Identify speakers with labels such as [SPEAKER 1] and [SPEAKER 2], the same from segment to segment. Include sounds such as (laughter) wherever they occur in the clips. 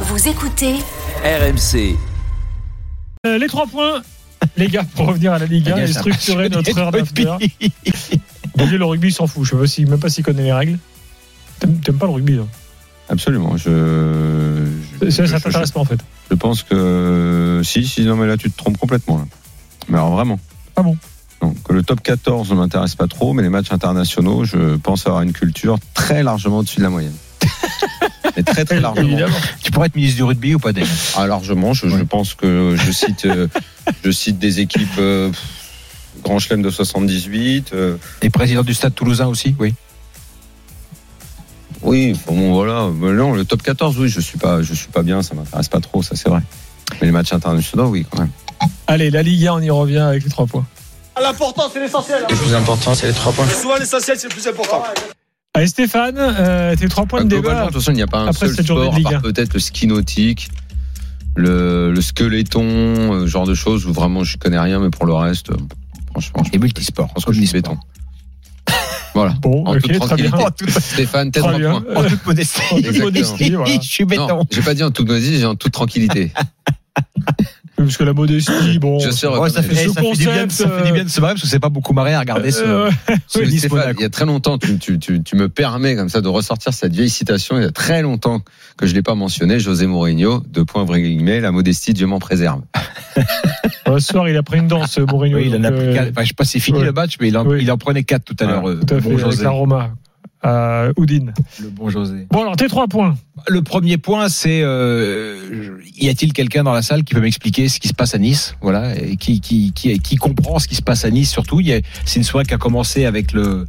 [SPEAKER 1] Vous écoutez
[SPEAKER 2] RMC.
[SPEAKER 3] Euh, les trois points, les gars, pour revenir à la Ligue 1 et structurer notre heure d'after. Mon Dieu, le rugby il s'en fout. Je sais pas si- même pas s'il connaît les règles. T'aimes t'aimes pas le rugby, toi.
[SPEAKER 4] Absolument. Je, je,
[SPEAKER 3] Ça, ça
[SPEAKER 4] je-
[SPEAKER 3] t'intéresse pas en fait.
[SPEAKER 4] je pense que euh, si, si, non, mais là, tu te trompes complètement. Là. Mais alors vraiment.
[SPEAKER 3] Ah bon
[SPEAKER 4] Donc, le top 14 ne m'intéresse pas trop, mais les matchs internationaux, je pense avoir une culture très largement au-dessus de
[SPEAKER 3] (laughs)
[SPEAKER 4] la moyenne. Mais très très largement.
[SPEAKER 5] Tu pourrais être ministre du rugby ou pas d'ailleurs
[SPEAKER 4] Ah, largement, je, je
[SPEAKER 5] Ouais.
[SPEAKER 4] pense que je cite,
[SPEAKER 5] (laughs)
[SPEAKER 4] euh, je cite des équipes euh, pff, Grand Chelem de 78. euh,
[SPEAKER 5] Et président du stade toulousain aussi, oui.
[SPEAKER 4] oui, bon voilà. Mais Non, le top 14, oui, je suis pas, je suis pas bien, ça m'intéresse pas trop, ça c'est vrai. Mais les matchs internationaux, oui, quand même.
[SPEAKER 3] Allez, la Ligue 1, on y revient avec les trois points.
[SPEAKER 6] Ah, L'important, c'est l'essentiel.
[SPEAKER 7] Le plus important, c'est les trois points.
[SPEAKER 6] Souvent, l'essentiel, c'est le plus important.
[SPEAKER 3] Allez, Ah, Stéphane, euh, tes trois points
[SPEAKER 4] Bah,
[SPEAKER 3] de
[SPEAKER 4] globalement,
[SPEAKER 3] débat.
[SPEAKER 4] de toute façon, il n'y a pas un
[SPEAKER 3] après
[SPEAKER 4] seul
[SPEAKER 3] cette journée
[SPEAKER 4] sport,
[SPEAKER 3] de
[SPEAKER 4] à
[SPEAKER 3] Ligue
[SPEAKER 4] part
[SPEAKER 3] 1.
[SPEAKER 4] peut-être le ski nautique, le, le skeleton, euh, genre de choses où vraiment je connais rien, mais pour le reste, euh, franchement, je
[SPEAKER 5] Et multisport.
[SPEAKER 4] je pense que je suis béton. voilà.
[SPEAKER 3] Bon,
[SPEAKER 4] En
[SPEAKER 3] ok,
[SPEAKER 4] toute
[SPEAKER 3] très bien. (laughs)
[SPEAKER 4] tranquillité. Stéphane, tête
[SPEAKER 3] Très
[SPEAKER 4] en
[SPEAKER 3] bien. En
[SPEAKER 4] point.
[SPEAKER 5] toute modestie.
[SPEAKER 3] En toute modestie, voilà.
[SPEAKER 5] suis hein.
[SPEAKER 4] Non, j'ai pas dit en toute modestie, j'ai dit en
[SPEAKER 3] (laughs)
[SPEAKER 4] toute tranquillité.
[SPEAKER 3] Parce que la modestie, bon.
[SPEAKER 4] Je sais
[SPEAKER 5] Ouais, Oh, ça, fait,
[SPEAKER 4] reconnaître.
[SPEAKER 3] Ce
[SPEAKER 5] ça fait du bien, de- ça fait du bien de se marrer parce que c'est pas beaucoup marré à regarder ce.
[SPEAKER 3] Euh,
[SPEAKER 5] ce
[SPEAKER 4] Mais
[SPEAKER 5] Nice
[SPEAKER 4] Stéphane,
[SPEAKER 5] Monaco.
[SPEAKER 4] il y a très longtemps, tu, tu- tu- tu me permets comme ça de ressortir cette vieille citation. Il y a très longtemps que je l'ai pas mentionné. José Mourinho, deux points vrais guillemets, la modestie, Dieu m'en préserve.
[SPEAKER 3] euh, ce soir, il a pris une danse, Mourinho.
[SPEAKER 5] Oui, il en a
[SPEAKER 3] donc,
[SPEAKER 5] pris
[SPEAKER 3] euh,
[SPEAKER 5] quatre. Enfin, je sais pas si c'est fini
[SPEAKER 3] ouais.
[SPEAKER 5] le match, mais il en,
[SPEAKER 3] Oui.
[SPEAKER 5] il en prenait quatre tout à
[SPEAKER 4] Ouais,
[SPEAKER 5] l'heure. euh,
[SPEAKER 3] Tout à
[SPEAKER 5] le
[SPEAKER 3] fait,
[SPEAKER 5] bon
[SPEAKER 3] avec
[SPEAKER 5] José.
[SPEAKER 3] la Roma. Euh, Houdin.
[SPEAKER 5] Le bon José.
[SPEAKER 3] Bon, alors, tes trois points.
[SPEAKER 5] Le premier point, c'est euh, y a-t-il quelqu'un dans la salle qui peut m'expliquer ce qui se passe à Nice Voilà, et qui, qui, qui, qui comprend ce qui se passe à Nice surtout. Il y a- C'est une soirée qui a commencé avec le,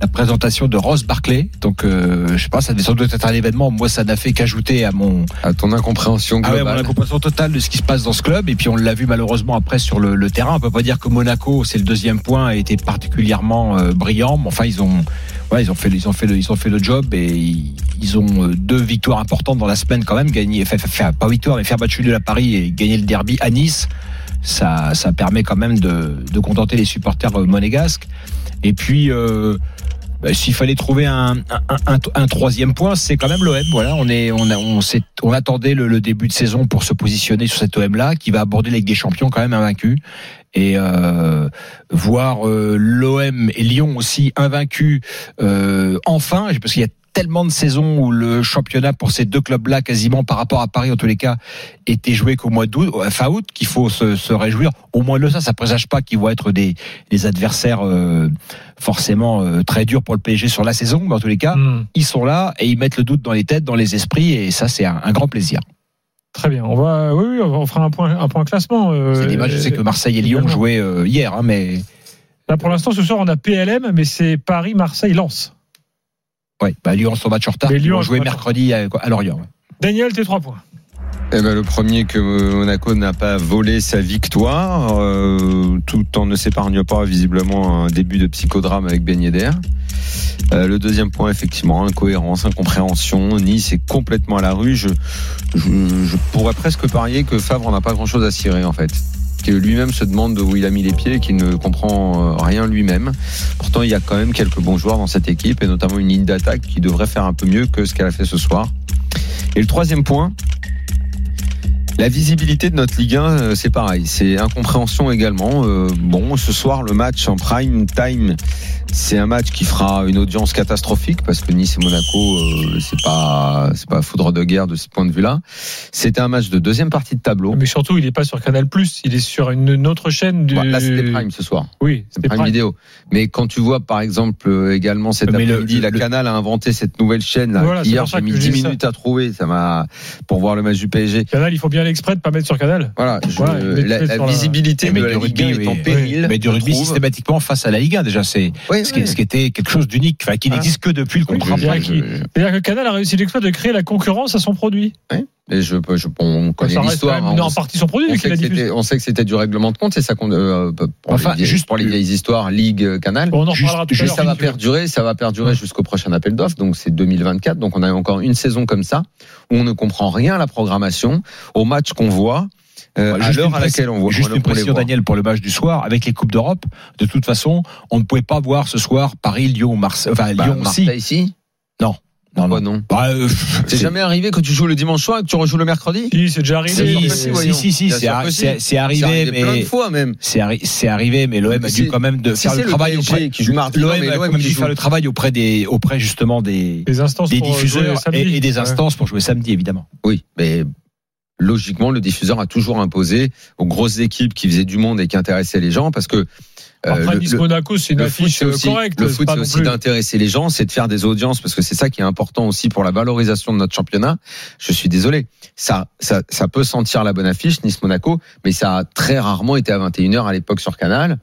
[SPEAKER 5] la présentation de Ross Barclay. Donc, euh, je sais pas, ça devait sans doute être un événement. Moi, ça n'a fait qu'ajouter à mon,
[SPEAKER 4] À ton incompréhension
[SPEAKER 5] ah ouais,
[SPEAKER 4] globale.
[SPEAKER 5] on a la compréhension totale de ce qui se passe dans ce club. Et puis on l'a vu malheureusement après sur le, le terrain. On peut pas dire que Monaco, c'est le deuxième point, a été particulièrement euh, brillant. Mais enfin, ils ont, ouais, ils ont fait, ils ont fait, le, ils ont fait le job et ils, ils ont euh, deux victoires importantes dans la semaine quand même. Gagner, faire, faire- pas victoire, mais faire battre de à Paris et gagner le derby à Nice. Ça, ça permet quand même de, de contenter les supporters euh, monégasques. Et puis. euh, bah, S'il fallait trouver un, un, un- un troisième point, c'est quand même l'OM. Voilà, on est, on a- on s'est- on attendait le, le début de saison pour se positionner sur cet OM là, qui va aborder la Ligue des Champions quand même invaincu et euh, voir euh, l'OM et Lyon aussi invaincus euh, enfin, parce qu'il y a tellement de saisons où le championnat pour ces deux clubs-là, quasiment par rapport à Paris en tous les cas, était joué qu'au mois d'août, euh, fin août, qu'il faut se, se réjouir. Au moins le ça, ça présage pas qu'ils vont être des, des adversaires euh, forcément euh, très durs pour le PSG sur la saison, mais en tous les cas,
[SPEAKER 3] Hmm.
[SPEAKER 5] ils sont là et ils mettent le doute dans les têtes, dans les esprits, et ça c'est un, un grand plaisir.
[SPEAKER 3] Très bien. On va, oui, oui, on va- on fera un point, un point classement. euh,
[SPEAKER 5] c'est des matchs, je sais que Marseille et Lyon
[SPEAKER 3] évidemment.
[SPEAKER 5] jouaient euh, hier, hein, mais
[SPEAKER 3] Là, pour l'instant, ce soir, on a PLM, mais c'est Paris, Marseille, Lens.
[SPEAKER 5] Ouais, bah Lyon son match en retard.
[SPEAKER 3] Mais
[SPEAKER 5] Ils
[SPEAKER 3] Lyon
[SPEAKER 5] vont
[SPEAKER 3] a
[SPEAKER 5] jouer
[SPEAKER 3] son match en
[SPEAKER 5] mercredi à, à Lorient. ouais.
[SPEAKER 3] Daniel, tes trois points.
[SPEAKER 4] Eh ben, le premier que Monaco n'a pas volé sa victoire, euh, tout en ne s'épargne pas visiblement un début de psychodrame avec Ben Yedder. Euh, le deuxième point, effectivement, incohérence, incompréhension. Nice est complètement à la rue. Je, je, je pourrais presque parier que Favre n'a pas grand-chose à cirer en fait. Que lui-même se demande où il a mis les pieds et qu'il ne comprend euh, rien lui-même. Pourtant, il y a quand même quelques bons joueurs dans cette équipe et notamment une ligne d'attaque qui devrait faire un peu mieux que ce qu'elle a fait ce soir. Et le troisième point, la visibilité de notre Ligue 1, euh, c'est pareil, c'est incompréhension également. Euh, bon, ce soir, le match en prime time, c'est un match qui fera une audience catastrophique parce que Nice et Monaco, euh, c'est pas, c'est pas foudre de guerre de ce point de vue-là. C'était un match de deuxième partie de tableau.
[SPEAKER 3] Mais surtout, il n'est pas sur Canal, il est sur une, une autre chaîne du.
[SPEAKER 4] Bon, Là, c'était prime ce soir,
[SPEAKER 3] Oui,
[SPEAKER 4] c'est
[SPEAKER 3] c'était
[SPEAKER 4] prime,
[SPEAKER 3] Prime.
[SPEAKER 4] vidéo. Mais quand tu vois, par exemple, euh, également cet
[SPEAKER 5] Mais le-
[SPEAKER 4] après-midi,
[SPEAKER 5] le-
[SPEAKER 4] la
[SPEAKER 5] le-
[SPEAKER 4] Canal a inventé cette nouvelle chaîne. Là,
[SPEAKER 3] Voilà, c'est
[SPEAKER 4] Hier,
[SPEAKER 3] pour ça
[SPEAKER 4] j'ai mis
[SPEAKER 3] que je
[SPEAKER 4] 10
[SPEAKER 3] dis ça.
[SPEAKER 4] minutes à trouver, ça m'a pour voir le match du PSG.
[SPEAKER 3] Canal, il faut bien l'exprès de pas mettre sur Canal.
[SPEAKER 4] Voilà, je-
[SPEAKER 3] Voilà, mais
[SPEAKER 4] la,
[SPEAKER 3] peut-être
[SPEAKER 4] la
[SPEAKER 3] sur la-
[SPEAKER 4] visibilité
[SPEAKER 5] Eh, Mais
[SPEAKER 4] de
[SPEAKER 5] du
[SPEAKER 4] la Ligue 1
[SPEAKER 5] rugby,
[SPEAKER 4] est en
[SPEAKER 5] oui.
[SPEAKER 4] péril.
[SPEAKER 5] Mais du
[SPEAKER 4] je
[SPEAKER 5] rugby
[SPEAKER 4] trouve.
[SPEAKER 5] systématiquement face à la Ligue 1 déjà, c'est
[SPEAKER 4] Ouais,
[SPEAKER 5] ce, qui,
[SPEAKER 4] ouais.
[SPEAKER 5] ce qui était quelque chose d'unique, enfin, qui
[SPEAKER 4] Ah.
[SPEAKER 5] n'existe que depuis le
[SPEAKER 4] Donc,
[SPEAKER 5] contrat.
[SPEAKER 4] je-
[SPEAKER 3] Bien
[SPEAKER 4] je-
[SPEAKER 3] qui- C'est-à-dire que Canal a réussi l'exploit de créer la concurrence à son produit.
[SPEAKER 4] Et je, je- on connaît
[SPEAKER 3] ça reste quand
[SPEAKER 4] l'histoire.
[SPEAKER 3] même
[SPEAKER 4] hein,
[SPEAKER 3] une-
[SPEAKER 4] on-
[SPEAKER 3] en partie son produit,
[SPEAKER 4] on
[SPEAKER 3] vu
[SPEAKER 4] sait
[SPEAKER 3] qu'il
[SPEAKER 4] que
[SPEAKER 3] a diffusé.
[SPEAKER 4] c'était- on sait que c'était du règlement de compte et ça compte euh, pour
[SPEAKER 5] Enfin,
[SPEAKER 4] les vieilles,
[SPEAKER 5] juste-
[SPEAKER 4] pour les vieilles histoires Ligue euh, Canal.
[SPEAKER 3] Bon, on en
[SPEAKER 5] Juste-
[SPEAKER 3] reparlera tout à
[SPEAKER 5] juste
[SPEAKER 3] l'heure.
[SPEAKER 4] ça va perdurer, ça va perdurer jusqu'au prochain appel d'offres. Donc c'est 2024. Donc on a encore une saison comme ça où on ne comprend rien à la programmation, au match qu'on voit, euh,
[SPEAKER 5] Voilà,
[SPEAKER 4] à l'heure
[SPEAKER 5] une
[SPEAKER 4] à laquelle
[SPEAKER 5] précision-
[SPEAKER 4] on voit.
[SPEAKER 5] Juste
[SPEAKER 4] on
[SPEAKER 5] une
[SPEAKER 4] les
[SPEAKER 5] précision,
[SPEAKER 4] voit.
[SPEAKER 5] Daniel, pour le match du soir, avec les Coupes d'Europe, de toute façon, on ne pouvait pas voir ce soir Paris, Lyon, Marseille. Enfin,
[SPEAKER 4] Bah,
[SPEAKER 5] Lyon aussi.
[SPEAKER 4] Marseille, si.
[SPEAKER 5] Non. Non,
[SPEAKER 4] Bah
[SPEAKER 5] non.
[SPEAKER 4] non.
[SPEAKER 5] Bah, euh,
[SPEAKER 4] C'est jamais arrivé que tu joues le dimanche soir et que tu rejoues le mercredi
[SPEAKER 3] Si, c'est déjà arrivé.
[SPEAKER 5] Si,
[SPEAKER 3] mais-
[SPEAKER 5] si,
[SPEAKER 4] voyons.
[SPEAKER 5] si, si,
[SPEAKER 4] Bien
[SPEAKER 5] c'est
[SPEAKER 4] sûr
[SPEAKER 5] arri-
[SPEAKER 4] que si.
[SPEAKER 5] c'est- c'est
[SPEAKER 4] C'est
[SPEAKER 5] arrivé,
[SPEAKER 4] plein de
[SPEAKER 5] mais
[SPEAKER 4] fois même.
[SPEAKER 5] c'est arri- c'est arrivé, mais l'OM a
[SPEAKER 4] Si
[SPEAKER 5] dû quand même de
[SPEAKER 4] si
[SPEAKER 5] faire
[SPEAKER 4] c'est
[SPEAKER 5] le
[SPEAKER 4] le
[SPEAKER 5] travail
[SPEAKER 4] PSG
[SPEAKER 5] auprès.
[SPEAKER 4] qui joue mardi, non,
[SPEAKER 5] L'OM
[SPEAKER 4] mais
[SPEAKER 5] a
[SPEAKER 4] l'OM
[SPEAKER 5] quand même
[SPEAKER 4] qui
[SPEAKER 5] dû
[SPEAKER 4] joue.
[SPEAKER 5] faire le travail auprès des, auprès justement des,
[SPEAKER 3] Les instances
[SPEAKER 5] des
[SPEAKER 3] pour euh, jouer
[SPEAKER 5] diffuseurs
[SPEAKER 3] samedi.
[SPEAKER 5] et, et des
[SPEAKER 3] Ouais.
[SPEAKER 5] instances pour jouer samedi, évidemment.
[SPEAKER 4] Oui, mais logiquement, le diffuseur a toujours imposé aux grosses équipes qui faisaient du monde et qui intéressaient les gens parce que. euh,
[SPEAKER 3] Après,
[SPEAKER 4] le-
[SPEAKER 3] Nice
[SPEAKER 4] le-
[SPEAKER 3] Monaco, c'est une
[SPEAKER 4] le foot,
[SPEAKER 3] affiche euh,
[SPEAKER 4] c'est aussi,
[SPEAKER 3] correcte.
[SPEAKER 4] le foot,
[SPEAKER 3] pas
[SPEAKER 4] c'est
[SPEAKER 3] non
[SPEAKER 4] aussi
[SPEAKER 3] plus-
[SPEAKER 4] d'intéresser les gens, c'est de faire des audiences parce que c'est ça qui est important aussi pour la valorisation de notre championnat. Je suis désolé, ça, ça, ça peut sentir la bonne affiche Nice Monaco, mais ça a très rarement été à 21 h à l'époque sur Canal.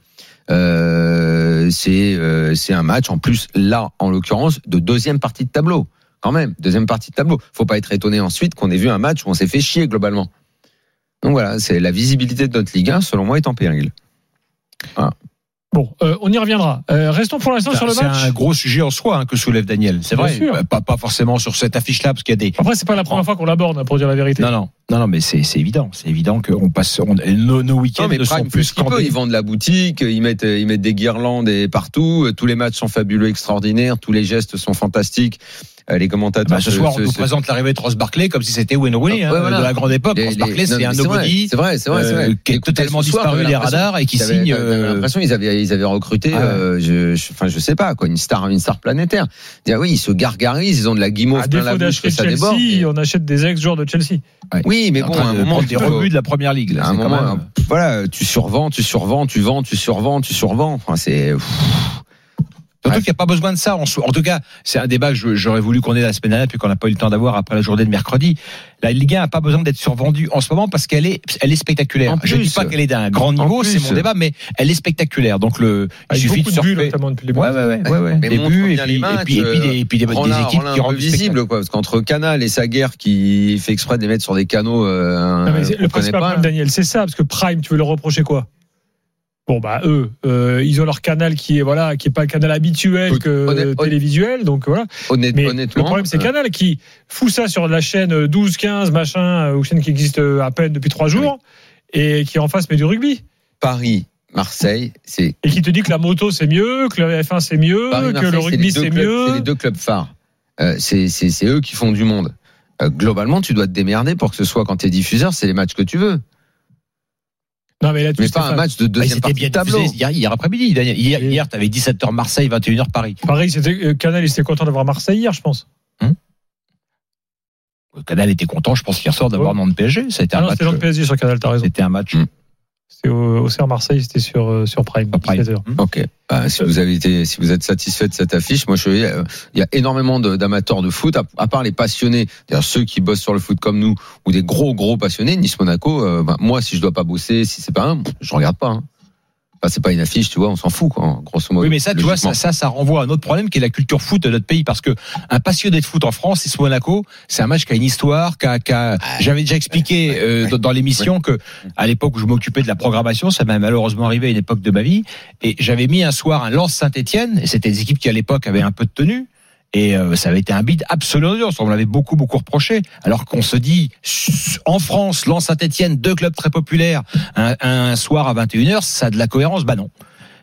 [SPEAKER 4] Euh, c'est euh, c'est un match en plus là en l'occurrence de deuxième partie de tableau quand même deuxième partie de tableau faut pas être étonné ensuite qu'on ait vu un match où on s'est fait chier globalement donc voilà c'est la visibilité de notre Ligue 1 selon moi est en péril
[SPEAKER 3] Bon, euh, on y reviendra. Euh, restons pour
[SPEAKER 4] Bah,
[SPEAKER 3] l'instant sur le
[SPEAKER 5] Bah, C'est
[SPEAKER 3] match.
[SPEAKER 5] un gros sujet en soi hein, que soulève Daniel. C'est
[SPEAKER 3] Bien
[SPEAKER 5] vrai.
[SPEAKER 3] sûr.
[SPEAKER 5] Pas, pas forcément sur cette affiche-là, parce qu'il y a des,
[SPEAKER 3] Après, c'est pas la première fois qu'on l'aborde, hein, pour dire la vérité.
[SPEAKER 5] Non, non, non, non, mais c'est c'est évident. C'est évident qu'on passe. on- nos nos week-ends
[SPEAKER 4] Non, mais
[SPEAKER 5] ne sont
[SPEAKER 4] Prime,
[SPEAKER 5] plus
[SPEAKER 4] plus qu'il peut.
[SPEAKER 5] scandés.
[SPEAKER 4] Ils vendent la boutique, ils mettent, ils mettent des guirlandes et partout. euh, Tous les matchs sont fabuleux, extraordinaires. Tous les gestes sont fantastiques. Euh, Les commentateurs.
[SPEAKER 5] Bah, ce
[SPEAKER 4] se-
[SPEAKER 5] soir, on
[SPEAKER 4] se-
[SPEAKER 5] nous
[SPEAKER 4] se-
[SPEAKER 5] présente l'arrivée de Ross Barclay comme si c'était Wayne Rooney
[SPEAKER 4] Ah, Ouais,
[SPEAKER 5] hein,
[SPEAKER 4] voilà.
[SPEAKER 5] de la grande époque.
[SPEAKER 4] les-
[SPEAKER 5] Ross
[SPEAKER 4] les-
[SPEAKER 5] Barclay,
[SPEAKER 4] non,
[SPEAKER 5] c'est
[SPEAKER 4] mais
[SPEAKER 5] un
[SPEAKER 4] vrai,
[SPEAKER 5] nobody
[SPEAKER 4] C'est vrai, c'est vrai. c'est
[SPEAKER 5] euh,
[SPEAKER 4] vrai.
[SPEAKER 5] qui est
[SPEAKER 4] Écoutez,
[SPEAKER 5] totalement
[SPEAKER 4] ce soir,
[SPEAKER 5] disparu
[SPEAKER 4] j'avais
[SPEAKER 5] des
[SPEAKER 4] l'impression
[SPEAKER 5] radars et qui
[SPEAKER 4] qu'ils avaient-
[SPEAKER 5] signe.
[SPEAKER 4] j'avais
[SPEAKER 5] euh,
[SPEAKER 4] l'impression qu'ils avaient, ils avaient recruté,
[SPEAKER 5] Ah ouais.
[SPEAKER 4] euh, je, je- enfin, je sais pas, quoi, une star, une star planétaire. Dire, oui, ils se gargarisent, ils ont de la guimauve
[SPEAKER 3] À
[SPEAKER 4] plein la
[SPEAKER 3] défaut
[SPEAKER 4] bouche, que
[SPEAKER 3] d'acheter
[SPEAKER 4] ça
[SPEAKER 3] Chelsea,
[SPEAKER 4] déborde. mais- Bah,
[SPEAKER 3] on achète des ex-joueurs de Chelsea.
[SPEAKER 4] Oui, mais
[SPEAKER 5] en
[SPEAKER 4] bon, à
[SPEAKER 5] train
[SPEAKER 4] un
[SPEAKER 5] de
[SPEAKER 4] moment,
[SPEAKER 5] euh, prendre des
[SPEAKER 4] il faut-
[SPEAKER 5] rebuts de la première ligue. Là,
[SPEAKER 4] à un
[SPEAKER 5] c'est quand
[SPEAKER 4] moment,
[SPEAKER 5] même-
[SPEAKER 4] euh, voilà, tu survends, tu survends, tu vends, tu survends, tu survends. Enfin, c'est.
[SPEAKER 5] Surtout
[SPEAKER 4] Ouais.
[SPEAKER 5] qu'il n'y a pas besoin de ça. En, soi. en tout cas, c'est un débat que je- j'aurais voulu qu'on ait la semaine dernière, puis qu'on n'a pas eu le temps d'avoir après la journée de mercredi. La Ligue 1 n'a pas besoin d'être survendue en ce moment parce qu'elle est, elle est spectaculaire.
[SPEAKER 4] En
[SPEAKER 5] je ne dis
[SPEAKER 4] plus.
[SPEAKER 5] pas qu'elle est d'un grand
[SPEAKER 4] En
[SPEAKER 5] niveau, c'est
[SPEAKER 4] plus.
[SPEAKER 5] mon débat, mais elle est spectaculaire. Donc le, il
[SPEAKER 3] Avec
[SPEAKER 5] suffit de
[SPEAKER 3] beaucoup de buts,
[SPEAKER 5] surfer.
[SPEAKER 3] notamment depuis les
[SPEAKER 5] Ouais, ouais, ouais, ouais, ouais.
[SPEAKER 4] Mais
[SPEAKER 5] Des
[SPEAKER 4] montre
[SPEAKER 5] buts, et
[SPEAKER 4] bien les
[SPEAKER 5] puis, et
[SPEAKER 4] matchs,
[SPEAKER 5] puis, et puis, des, et puis des, des
[SPEAKER 4] Rends-la-
[SPEAKER 5] équipes
[SPEAKER 4] rends-la
[SPEAKER 5] qui
[SPEAKER 4] un
[SPEAKER 5] rendent
[SPEAKER 4] peu
[SPEAKER 5] le spectacle.
[SPEAKER 4] visible, quoi, parce qu'entre Canal et Saguerre qui fait exprès de les mettre sur des canaux, euh,
[SPEAKER 3] Non, mais
[SPEAKER 4] on
[SPEAKER 3] c'est- le
[SPEAKER 4] connaît
[SPEAKER 3] principal
[SPEAKER 4] pas. hein.
[SPEAKER 3] problème, Daniel, c'est ça, parce que Prime, tu veux leur reprocher quoi Bon, bah, eux, euh, ils ont leur canal qui est, voilà, qui est pas le canal habituel
[SPEAKER 4] Tout-
[SPEAKER 3] que
[SPEAKER 4] honnête- honnête-
[SPEAKER 3] télévisuel, donc voilà.
[SPEAKER 4] Honnête-
[SPEAKER 3] Mais
[SPEAKER 4] honnêtement,
[SPEAKER 3] le problème, c'est
[SPEAKER 4] euh,
[SPEAKER 3] Canal qui fout ça sur la chaîne 12, 15, machin, euh, ou chaîne qui existe euh, à peine depuis trois jours, et qui en face met du rugby.
[SPEAKER 4] Paris, Marseille, c'est
[SPEAKER 3] Et qui te dit que la moto, c'est mieux, que la F1, c'est mieux,
[SPEAKER 4] Paris,
[SPEAKER 3] que
[SPEAKER 4] Marseille,
[SPEAKER 3] le
[SPEAKER 4] c'est les
[SPEAKER 3] rugby,
[SPEAKER 4] deux
[SPEAKER 3] c'est
[SPEAKER 4] clubs-
[SPEAKER 3] mieux.
[SPEAKER 4] C'est les deux clubs phares. Euh, c'est- c'est c'est eux qui font du monde. Euh, globalement, tu dois te démerder pour que ce soit quand t'es diffuseur, c'est les matchs que tu veux.
[SPEAKER 3] Non, mais là, tu
[SPEAKER 4] Mais pas un match de
[SPEAKER 5] Ah, ils
[SPEAKER 4] deuxième
[SPEAKER 5] étaient
[SPEAKER 4] partie
[SPEAKER 5] bien
[SPEAKER 4] de tableau.
[SPEAKER 5] diffusés hier, hier après-midi. Daniel. Hier,
[SPEAKER 3] Oui.
[SPEAKER 5] hier tu avais 17h Marseille, 21h Paris.
[SPEAKER 3] Pareil, c'était, euh, Canal, ils étaient contents d'avoir Marseille hier, je pense.
[SPEAKER 5] Le Canal était content, je pense, hier soir d'avoir
[SPEAKER 3] Ouais.
[SPEAKER 5] Nantes PSG. C'était
[SPEAKER 3] Ah
[SPEAKER 5] un
[SPEAKER 3] non,
[SPEAKER 5] match.
[SPEAKER 3] c'était
[SPEAKER 4] euh,
[SPEAKER 3] le PSG sur Canal, t'as raison.
[SPEAKER 5] C'était un
[SPEAKER 3] Mmh.
[SPEAKER 5] match.
[SPEAKER 4] Mm.
[SPEAKER 3] C'était au, au CR Marseille, c'était sur, euh, sur Prime.
[SPEAKER 5] Sur Prime. Mmh.
[SPEAKER 3] 17 heures.
[SPEAKER 4] Ok. Bah, si vous avez été, si vous êtes satisfait de cette affiche, moi je, euh, il y a énormément de- d'amateurs de foot, à, à part les passionnés, c'est-à-dire ceux qui bossent sur le foot comme nous, ou des gros gros passionnés. Nice Monaco, euh, bah, moi si je dois pas bosser, si c'est pas un, je regarde pas. Hein. Enfin, c'est pas une affiche, tu vois, on s'en fout, quoi, grosso modo.
[SPEAKER 5] Oui, mais ça, tu vois,
[SPEAKER 4] logiquement.
[SPEAKER 5] ça, ça, ça renvoie à un autre problème qui est la culture foot de notre pays. Parce que un passionné de foot en France, c'est ce Monaco, c'est un match qui a une histoire, qui a, qui
[SPEAKER 4] Ah,
[SPEAKER 5] a- j'avais déjà expliqué euh, dans, dans l'émission que à l'époque où je m'occupais de la programmation, ça m'est malheureusement arrivé à une époque de ma vie, et j'avais mis un soir un Lance Saint-Etienne, et c'était des équipes qui à l'époque avaient un peu de tenue. Et euh, ça avait été un bid absolument dur, on me l'avait beaucoup beaucoup reproché. Alors qu'on se dit, en France, Lens Saint-Etienne, deux clubs très populaires, un, un soir à 21h, ça a de la cohérence Bah non.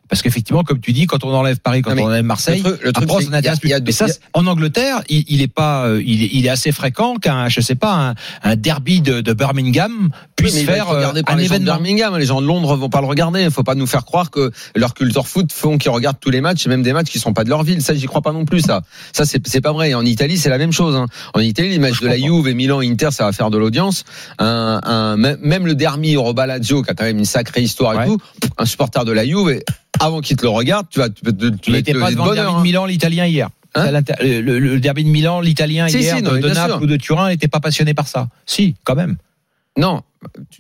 [SPEAKER 5] Parce qu'effectivement, comme tu dis, quand on enlève Paris, quand
[SPEAKER 4] Non, mais
[SPEAKER 5] on enlève Marseille,
[SPEAKER 4] le truc- le truc,
[SPEAKER 5] après, on
[SPEAKER 4] c'est
[SPEAKER 5] s'en intéresse
[SPEAKER 4] qu'il y a-
[SPEAKER 5] plus.
[SPEAKER 4] il y a
[SPEAKER 5] Mais ça,
[SPEAKER 4] deux-
[SPEAKER 5] c'est- en Angleterre, il, il est pas, euh, il, est, il est assez fréquent qu'un, je sais pas, un, un derby de, de Birmingham
[SPEAKER 4] Oui,
[SPEAKER 5] puisse
[SPEAKER 4] mais il va être
[SPEAKER 5] faire euh,
[SPEAKER 4] regardé par
[SPEAKER 5] un
[SPEAKER 4] les gens de
[SPEAKER 5] événement.
[SPEAKER 4] Birmingham, les gens de Londres vont pas le regarder. Il faut pas nous faire croire que leur culture foot font qu'ils regardent tous les matchs et même des matchs qui sont pas de leur ville. Ça, j'y crois pas non plus. Ça, ça c'est c'est pas vrai. En Italie, c'est la même chose. hein. En Italie, les matchs
[SPEAKER 5] Je
[SPEAKER 4] de la
[SPEAKER 5] comprends.
[SPEAKER 4] Juve et Milan, Inter, ça va faire de l'audience. Un, un- même- même le derby au Balaggio, qui a quand même une sacrée histoire et
[SPEAKER 5] Ouais.
[SPEAKER 4] tout. Un supporter de la Juve. et avant qu'il te le regarde, tu vas, tu, vas- tu, vas
[SPEAKER 5] Il
[SPEAKER 4] être
[SPEAKER 5] n'était pas
[SPEAKER 4] de
[SPEAKER 5] devant le
[SPEAKER 4] bonne
[SPEAKER 5] derby
[SPEAKER 4] heure,
[SPEAKER 5] de
[SPEAKER 4] hein.
[SPEAKER 5] Milan, l'italien hier.
[SPEAKER 4] Hein
[SPEAKER 5] C'est à l'inter- le, le- le derby de Milan, l'italien
[SPEAKER 4] Si,
[SPEAKER 5] hier,
[SPEAKER 4] si, non,
[SPEAKER 5] de,
[SPEAKER 4] mais
[SPEAKER 5] de
[SPEAKER 4] bien
[SPEAKER 5] Naples
[SPEAKER 4] sûr.
[SPEAKER 5] ou de Turin, n'était pas passionné par ça. Si, quand même.
[SPEAKER 4] Non,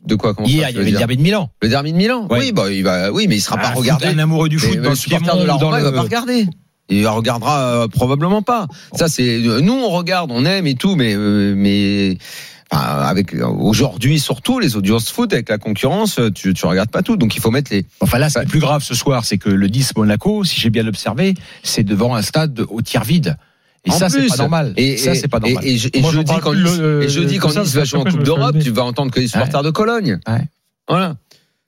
[SPEAKER 4] de quoi comment ça,
[SPEAKER 5] hier,
[SPEAKER 4] tu
[SPEAKER 5] il y
[SPEAKER 4] veux
[SPEAKER 5] avait le
[SPEAKER 4] dire
[SPEAKER 5] derby de Milan.
[SPEAKER 4] Le derby de Milan.
[SPEAKER 5] Ouais.
[SPEAKER 4] Oui, bah il va, oui, mais il sera pas
[SPEAKER 5] Un
[SPEAKER 4] regardé.
[SPEAKER 5] foot- Un amoureux du foot,
[SPEAKER 4] Mais
[SPEAKER 5] dans
[SPEAKER 4] le
[SPEAKER 5] le
[SPEAKER 4] supporter de la
[SPEAKER 5] Piémont, dans
[SPEAKER 4] Roma, il va
[SPEAKER 5] le-
[SPEAKER 4] pas regarder. Il regardera euh, probablement pas. Ça, c'est euh, nous, on regarde, on aime et tout, mais euh, mais enfin, avec euh, aujourd'hui surtout les audiences foot avec la concurrence, euh, tu tu regardes pas tout. Donc il faut mettre les.
[SPEAKER 5] Enfin là, ce qui
[SPEAKER 4] Ouais.
[SPEAKER 5] est plus grave ce soir, c'est que le 10 Monaco, si j'ai bien observé, c'est devant un stade au tiers vide. Et
[SPEAKER 4] En
[SPEAKER 5] ça, c'est
[SPEAKER 4] plus.
[SPEAKER 5] pas normal.
[SPEAKER 4] Et,
[SPEAKER 5] ça,
[SPEAKER 4] et-
[SPEAKER 5] c'est pas
[SPEAKER 4] et-
[SPEAKER 5] normal.
[SPEAKER 4] Et, je- et
[SPEAKER 3] Moi, j'en
[SPEAKER 4] jeudi
[SPEAKER 3] parle
[SPEAKER 4] quand
[SPEAKER 3] plus,
[SPEAKER 4] Nice,
[SPEAKER 3] le-
[SPEAKER 4] et jeudi,
[SPEAKER 3] de
[SPEAKER 4] quand
[SPEAKER 3] ça,
[SPEAKER 4] Nice
[SPEAKER 3] parce
[SPEAKER 4] va
[SPEAKER 3] que
[SPEAKER 4] jouer en
[SPEAKER 3] après, je
[SPEAKER 4] Coupe
[SPEAKER 3] me fais
[SPEAKER 4] d'Europe,
[SPEAKER 3] aider.
[SPEAKER 4] tu vas entendre que les supporters de Cologne.
[SPEAKER 5] Ouais.
[SPEAKER 4] Voilà.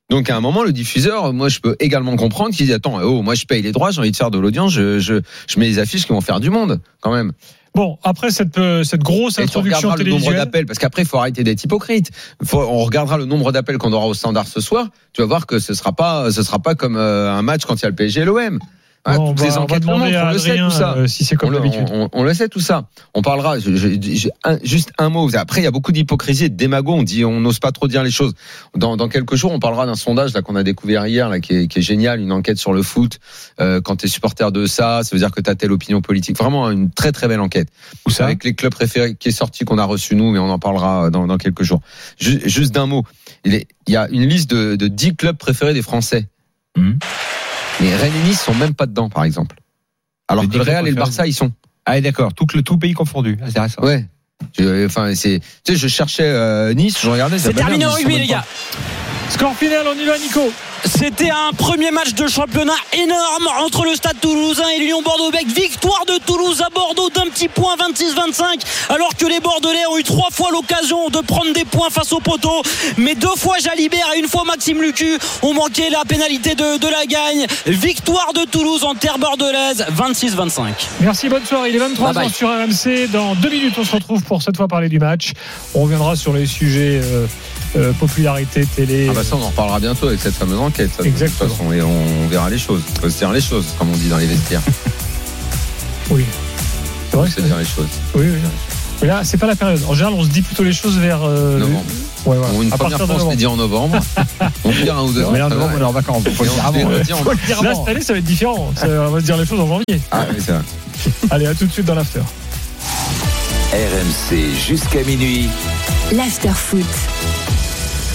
[SPEAKER 4] Donc à un moment, le diffuseur, moi, je peux également comprendre qu'il dit attends, oh, moi, je paye les droits, j'ai envie de faire de l'audience, je, je je mets les affiches qui vont faire du monde quand même.
[SPEAKER 3] Bon, après cette, euh, cette grosse
[SPEAKER 4] Et tu
[SPEAKER 3] introduction
[SPEAKER 4] regarderas le nombre
[SPEAKER 3] télévisuelle.
[SPEAKER 4] d'appels, parce qu'après, il faut arrêter d'être hypocrite. Faut- on regardera le nombre d'appels qu'on aura au standard ce soir. Tu vas voir que ce sera pas, ce sera pas comme euh, un match quand il y a le PSG et l'OM. Hein,
[SPEAKER 3] Bon, on
[SPEAKER 4] toutes
[SPEAKER 3] va-
[SPEAKER 4] les
[SPEAKER 3] on va
[SPEAKER 4] enquêtes le
[SPEAKER 3] demander
[SPEAKER 4] montrent,
[SPEAKER 3] à
[SPEAKER 4] on le sait
[SPEAKER 3] Adrien,
[SPEAKER 4] tout ça.
[SPEAKER 3] euh, si c'est
[SPEAKER 4] On
[SPEAKER 3] comme
[SPEAKER 4] le,
[SPEAKER 3] d'habitude.
[SPEAKER 4] on- on le sait tout ça. On parlera. je- je- j'ai un- juste un mot. Après, il y a beaucoup d'hypocrisie et de démagogie. On dit, on n'ose pas trop dire les choses. Dans, dans quelques jours, on parlera d'un sondage là qu'on a découvert hier, là qui est, qui est génial, une enquête sur le foot. Euh, quand t'es supporter de ça, ça veut dire que t'as telle opinion politique. Vraiment une très très belle enquête.
[SPEAKER 5] Où ça
[SPEAKER 4] avec les clubs préférés qui est sorti qu'on a reçu nous, mais on en parlera euh, dans, dans quelques jours. Ju- juste d'un mot, il, est- il y a une liste de, de 10 clubs préférés des Français.
[SPEAKER 5] Mhm.
[SPEAKER 4] Mais Rennes et Nice sont même pas dedans, par exemple. Alors
[SPEAKER 5] Les
[SPEAKER 4] que
[SPEAKER 5] 10
[SPEAKER 4] le
[SPEAKER 5] clubs
[SPEAKER 4] Real et le
[SPEAKER 5] préférés.
[SPEAKER 4] Barça, ils sont.
[SPEAKER 5] Ah, d'accord. Tout, le, tout pays confondu. Ah, c'est intéressant.
[SPEAKER 4] Ouais. Je- Enfin, c'est. Tu sais, je cherchais euh, Nice, je regardais.
[SPEAKER 1] C'est terminé en rugby, les gars.
[SPEAKER 3] Score final, on y va, Nico.
[SPEAKER 1] C'était un premier match de championnat énorme entre le Stade Toulousain et l'Union Bordeaux. Bec victoire de Toulouse à Bordeaux d'un petit point 26-25, alors que les Bordelais ont eu trois fois l'occasion de prendre des points face au poteau, mais deux fois Jalibert et une fois Maxime Lucu ont manqué la pénalité de, de la gagne. Victoire de Toulouse en terre bordelaise 26-25.
[SPEAKER 3] Merci, bonne soirée. Il est 23h
[SPEAKER 1] Bye bye.
[SPEAKER 3] sur RMC. Dans deux minutes, on se retrouve pour cette fois parler du match. On reviendra sur les sujets euh, euh, popularité, télé.
[SPEAKER 4] Ah bah ça, on en reparlera bientôt avec cette fameuse enquête. ça, de toute
[SPEAKER 3] Exactement.
[SPEAKER 4] façon, et on verra les choses. On peut se dire les choses, comme on dit dans les vestiaires.
[SPEAKER 3] Oui. C'est
[SPEAKER 4] On
[SPEAKER 3] vrai que
[SPEAKER 4] peut se
[SPEAKER 3] c'est-
[SPEAKER 4] dire les choses.
[SPEAKER 3] Oui, oui. Mais là, c'est pas la période. En général, on se dit plutôt les choses vers. euh,
[SPEAKER 4] Novembre.
[SPEAKER 3] le- Ouais, voilà.
[SPEAKER 4] Bon, Une
[SPEAKER 3] à partir
[SPEAKER 4] première fois,
[SPEAKER 3] de
[SPEAKER 4] on se
[SPEAKER 3] novembre.
[SPEAKER 4] l'est dit en
[SPEAKER 5] (laughs)
[SPEAKER 4] novembre. on peut dire un ou deux. ans,
[SPEAKER 5] Mais là,
[SPEAKER 4] ça va.
[SPEAKER 5] devant, on est en vacances. Faut
[SPEAKER 4] Et
[SPEAKER 5] le
[SPEAKER 4] on
[SPEAKER 5] dire
[SPEAKER 4] se
[SPEAKER 5] avant.
[SPEAKER 4] le dit en-
[SPEAKER 5] Faut le dire
[SPEAKER 3] Là,
[SPEAKER 5] avant.
[SPEAKER 3] cette année, ça va être différent. Ça, on va se dire les choses en janvier.
[SPEAKER 4] Ah oui, c'est vrai.
[SPEAKER 3] Allez, à tout de suite dans l'after.
[SPEAKER 2] RMC jusqu'à minuit.
[SPEAKER 7] L'afterfoot.